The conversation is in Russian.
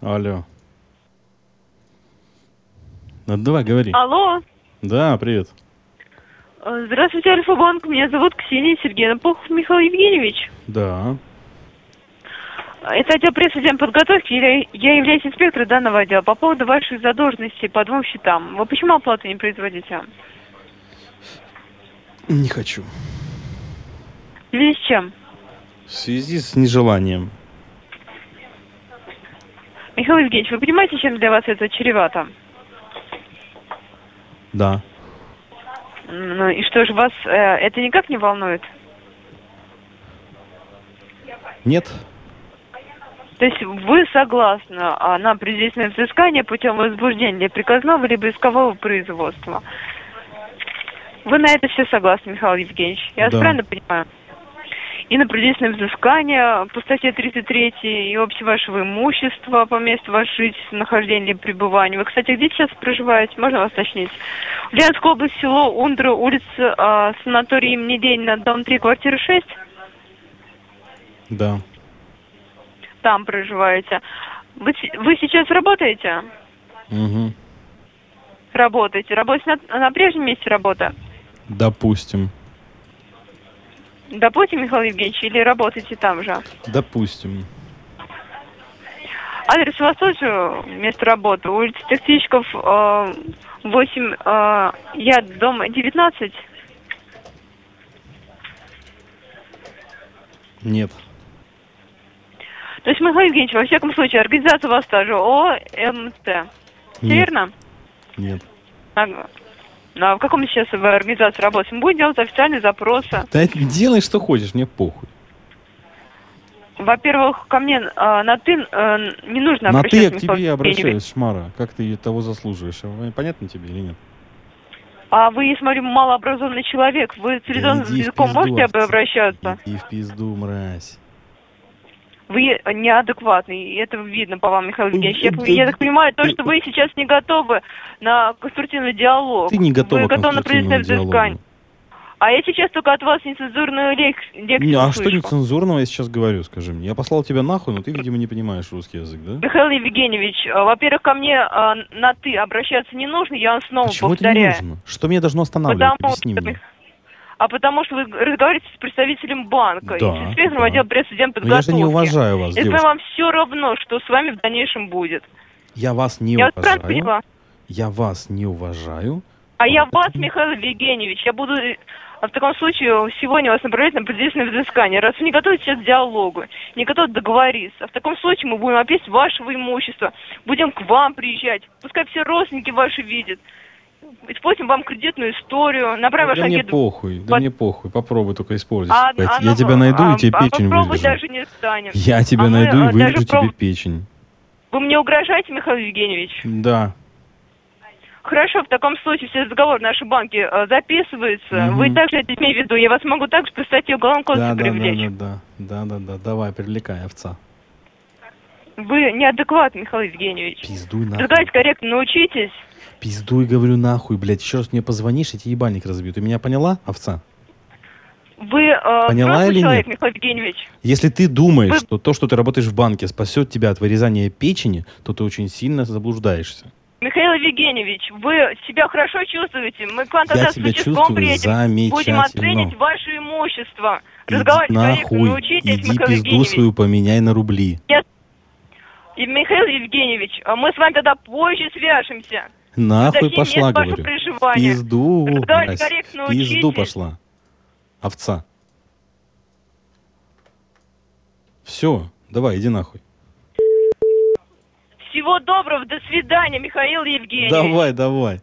Алло. Ну, давай, говори. Алло. Да, привет. Э, Здравствуйте, Альфа-Банк. Меня зовут Ксения Сергеевна Пухов Михаил Евгеньевич. Да. Э, Это отдел прессы и подготовки. Я, я являюсь инспектором данного отдела. По поводу ваших задолженностей по двум счетам. Вы почему оплату не производите? Не хочу. В связи с чем? В связи с нежеланием. Михаил Евгеньевич, вы понимаете, чем для вас это чревато? Да. М, Ну и что же вас э, это никак не волнует? Нет? То есть вы согласны а, на предельное взыскание путем возбуждения приказного либо искового производства? Вы на это все согласны, Михаил Евгеньевич? Я Да. вас правильно понимаю? И на предельное взыскание по статье 33 и общее вашего имущества по месту вашего жительства, нахождения или пребывания. Вы, кстати, где сейчас проживаете? Можно вас уточнить? Ульяновская область, село Ундра, улица, а, санаторий имени Ленина, дом 3, квартира 6. Да. там проживаете. Вы, с- вы сейчас работаете? Угу. Работаете. Работаете на, на прежнем месте работы? Допустим. Допустим, Михаил Евгеньевич, или работаете там же? Допустим. Адрес у вас тоже место работы. Улица Тактичков, э, 8, э, я дом 19. Нет. То есть, Михаил Евгеньевич, во всяком случае, организация у вас та же, ОМТ. Все Нет. верно? Нет. На, на- в каком сейчас вы организации работаете? Мы будем делать официальные запросы. Да делай, что хочешь, мне похуй. Во-первых, ко мне э, на ты э, не нужно На ты я обращаться. к Михаил тебе Евгеньевич. обращаюсь, Шмара. Как ты того заслуживаешь? А, Понятно тебе или нет? А вы, я смотрю, малообразованный человек. Вы с Да телевизионным иди в языком пизду, можете об- овца. обращаться? Иди в пизду, мразь. Вы неадекватный, и это видно по вам, Михаил Евгеньевич. Я, да- п- я так понимаю, то, что вы сейчас не готовы на конструктивный диалог. Ты не готова Вы к готовы на конструктивному предельное взыскание. диалогу. А я сейчас только от вас нецензурную лек- Не, лекцию а что слышу. нецензурного я сейчас говорю, скажи мне? Я послал тебя нахуй, но ты, видимо, не понимаешь русский язык, да? Михаил Евгеньевич, э, во-первых, ко мне э, на «ты» обращаться не нужно, я вам снова Почему это не повторяю. нужно? Что меня должно останавливать? Потому Объясни что мне. Мих- А потому что вы разговариваете с представителем банка, Да, и с инспектором да. отдела пресс Но я же не подготовки. уважаю вас, Это девушка. вам все равно, что с вами в дальнейшем будет. Я вас не я вас правильно уважаю. поняла? Я вас не уважаю. А я Поэтому- вас, Михаил Евгеньевич, я буду э, в таком случае сегодня вас направлять на предварительное взыскание. Раз вы не готовы сейчас к диалогу, не готовы договориться, а в таком случае мы будем опять вашего имущества, будем к вам приезжать, пускай все родственники ваши видят. Используем вам кредитную историю, направим Да ваш мне анкету похуй, да под- мне похуй. Попробуй только использовать. А- блядь. а я ну, тебя найду а- и тебе а печень попробовать вырежу. даже не станет. Я тебя А мы, найду а, и даже вырежу тебе проб- печень. Вы мне угрожаете, Михаил Евгеньевич? Да. Хорошо, в таком случае все договор нашей банки э, записывается. Мгм. Вы также это имеете в виду. Я вас могу также по статье Уголовного кодекса Да, да, да, привлечь. да, да, да, да, да. Давай, привлекай овца. Вы неадекватны, Михаил Евгеньевич. Пиздуй нахуй. Разговаривать корректно научитесь. Пиздуй, говорю, нахуй, блядь. Еще раз мне позвонишь, я тебе ебальник разбью. Ты меня поняла, овца? Вы э, взрослый или человек, нет? Михаил Евгеньевич. Если ты думаешь, Вы- что то, что ты работаешь в банке, спасет тебя от вырезания печени, то ты очень сильно заблуждаешься. Ну, Михаил Евгеньевич, вы себя хорошо чувствуете. Мы к вам тогда Я с тебя участком чувствую приедем. Будем оценить замечательно. ваше имущество. Иди Разговаривать корректно нахуй, научитесь, иди Михаил пизду Евгеньевич. свою поменяй на рубли. И, Михаил Евгеньевич, а мы с вами тогда позже свяжемся. Нахуй Уточним пошла, место вашего говорю. проживания. Пизду, Разговаривать мразь. корректно Пизду научитесь. пошла. Овца. Все, давай, иди нахуй. Всего доброго, до свидания, Михаил Евгеньевич. Давай, давай.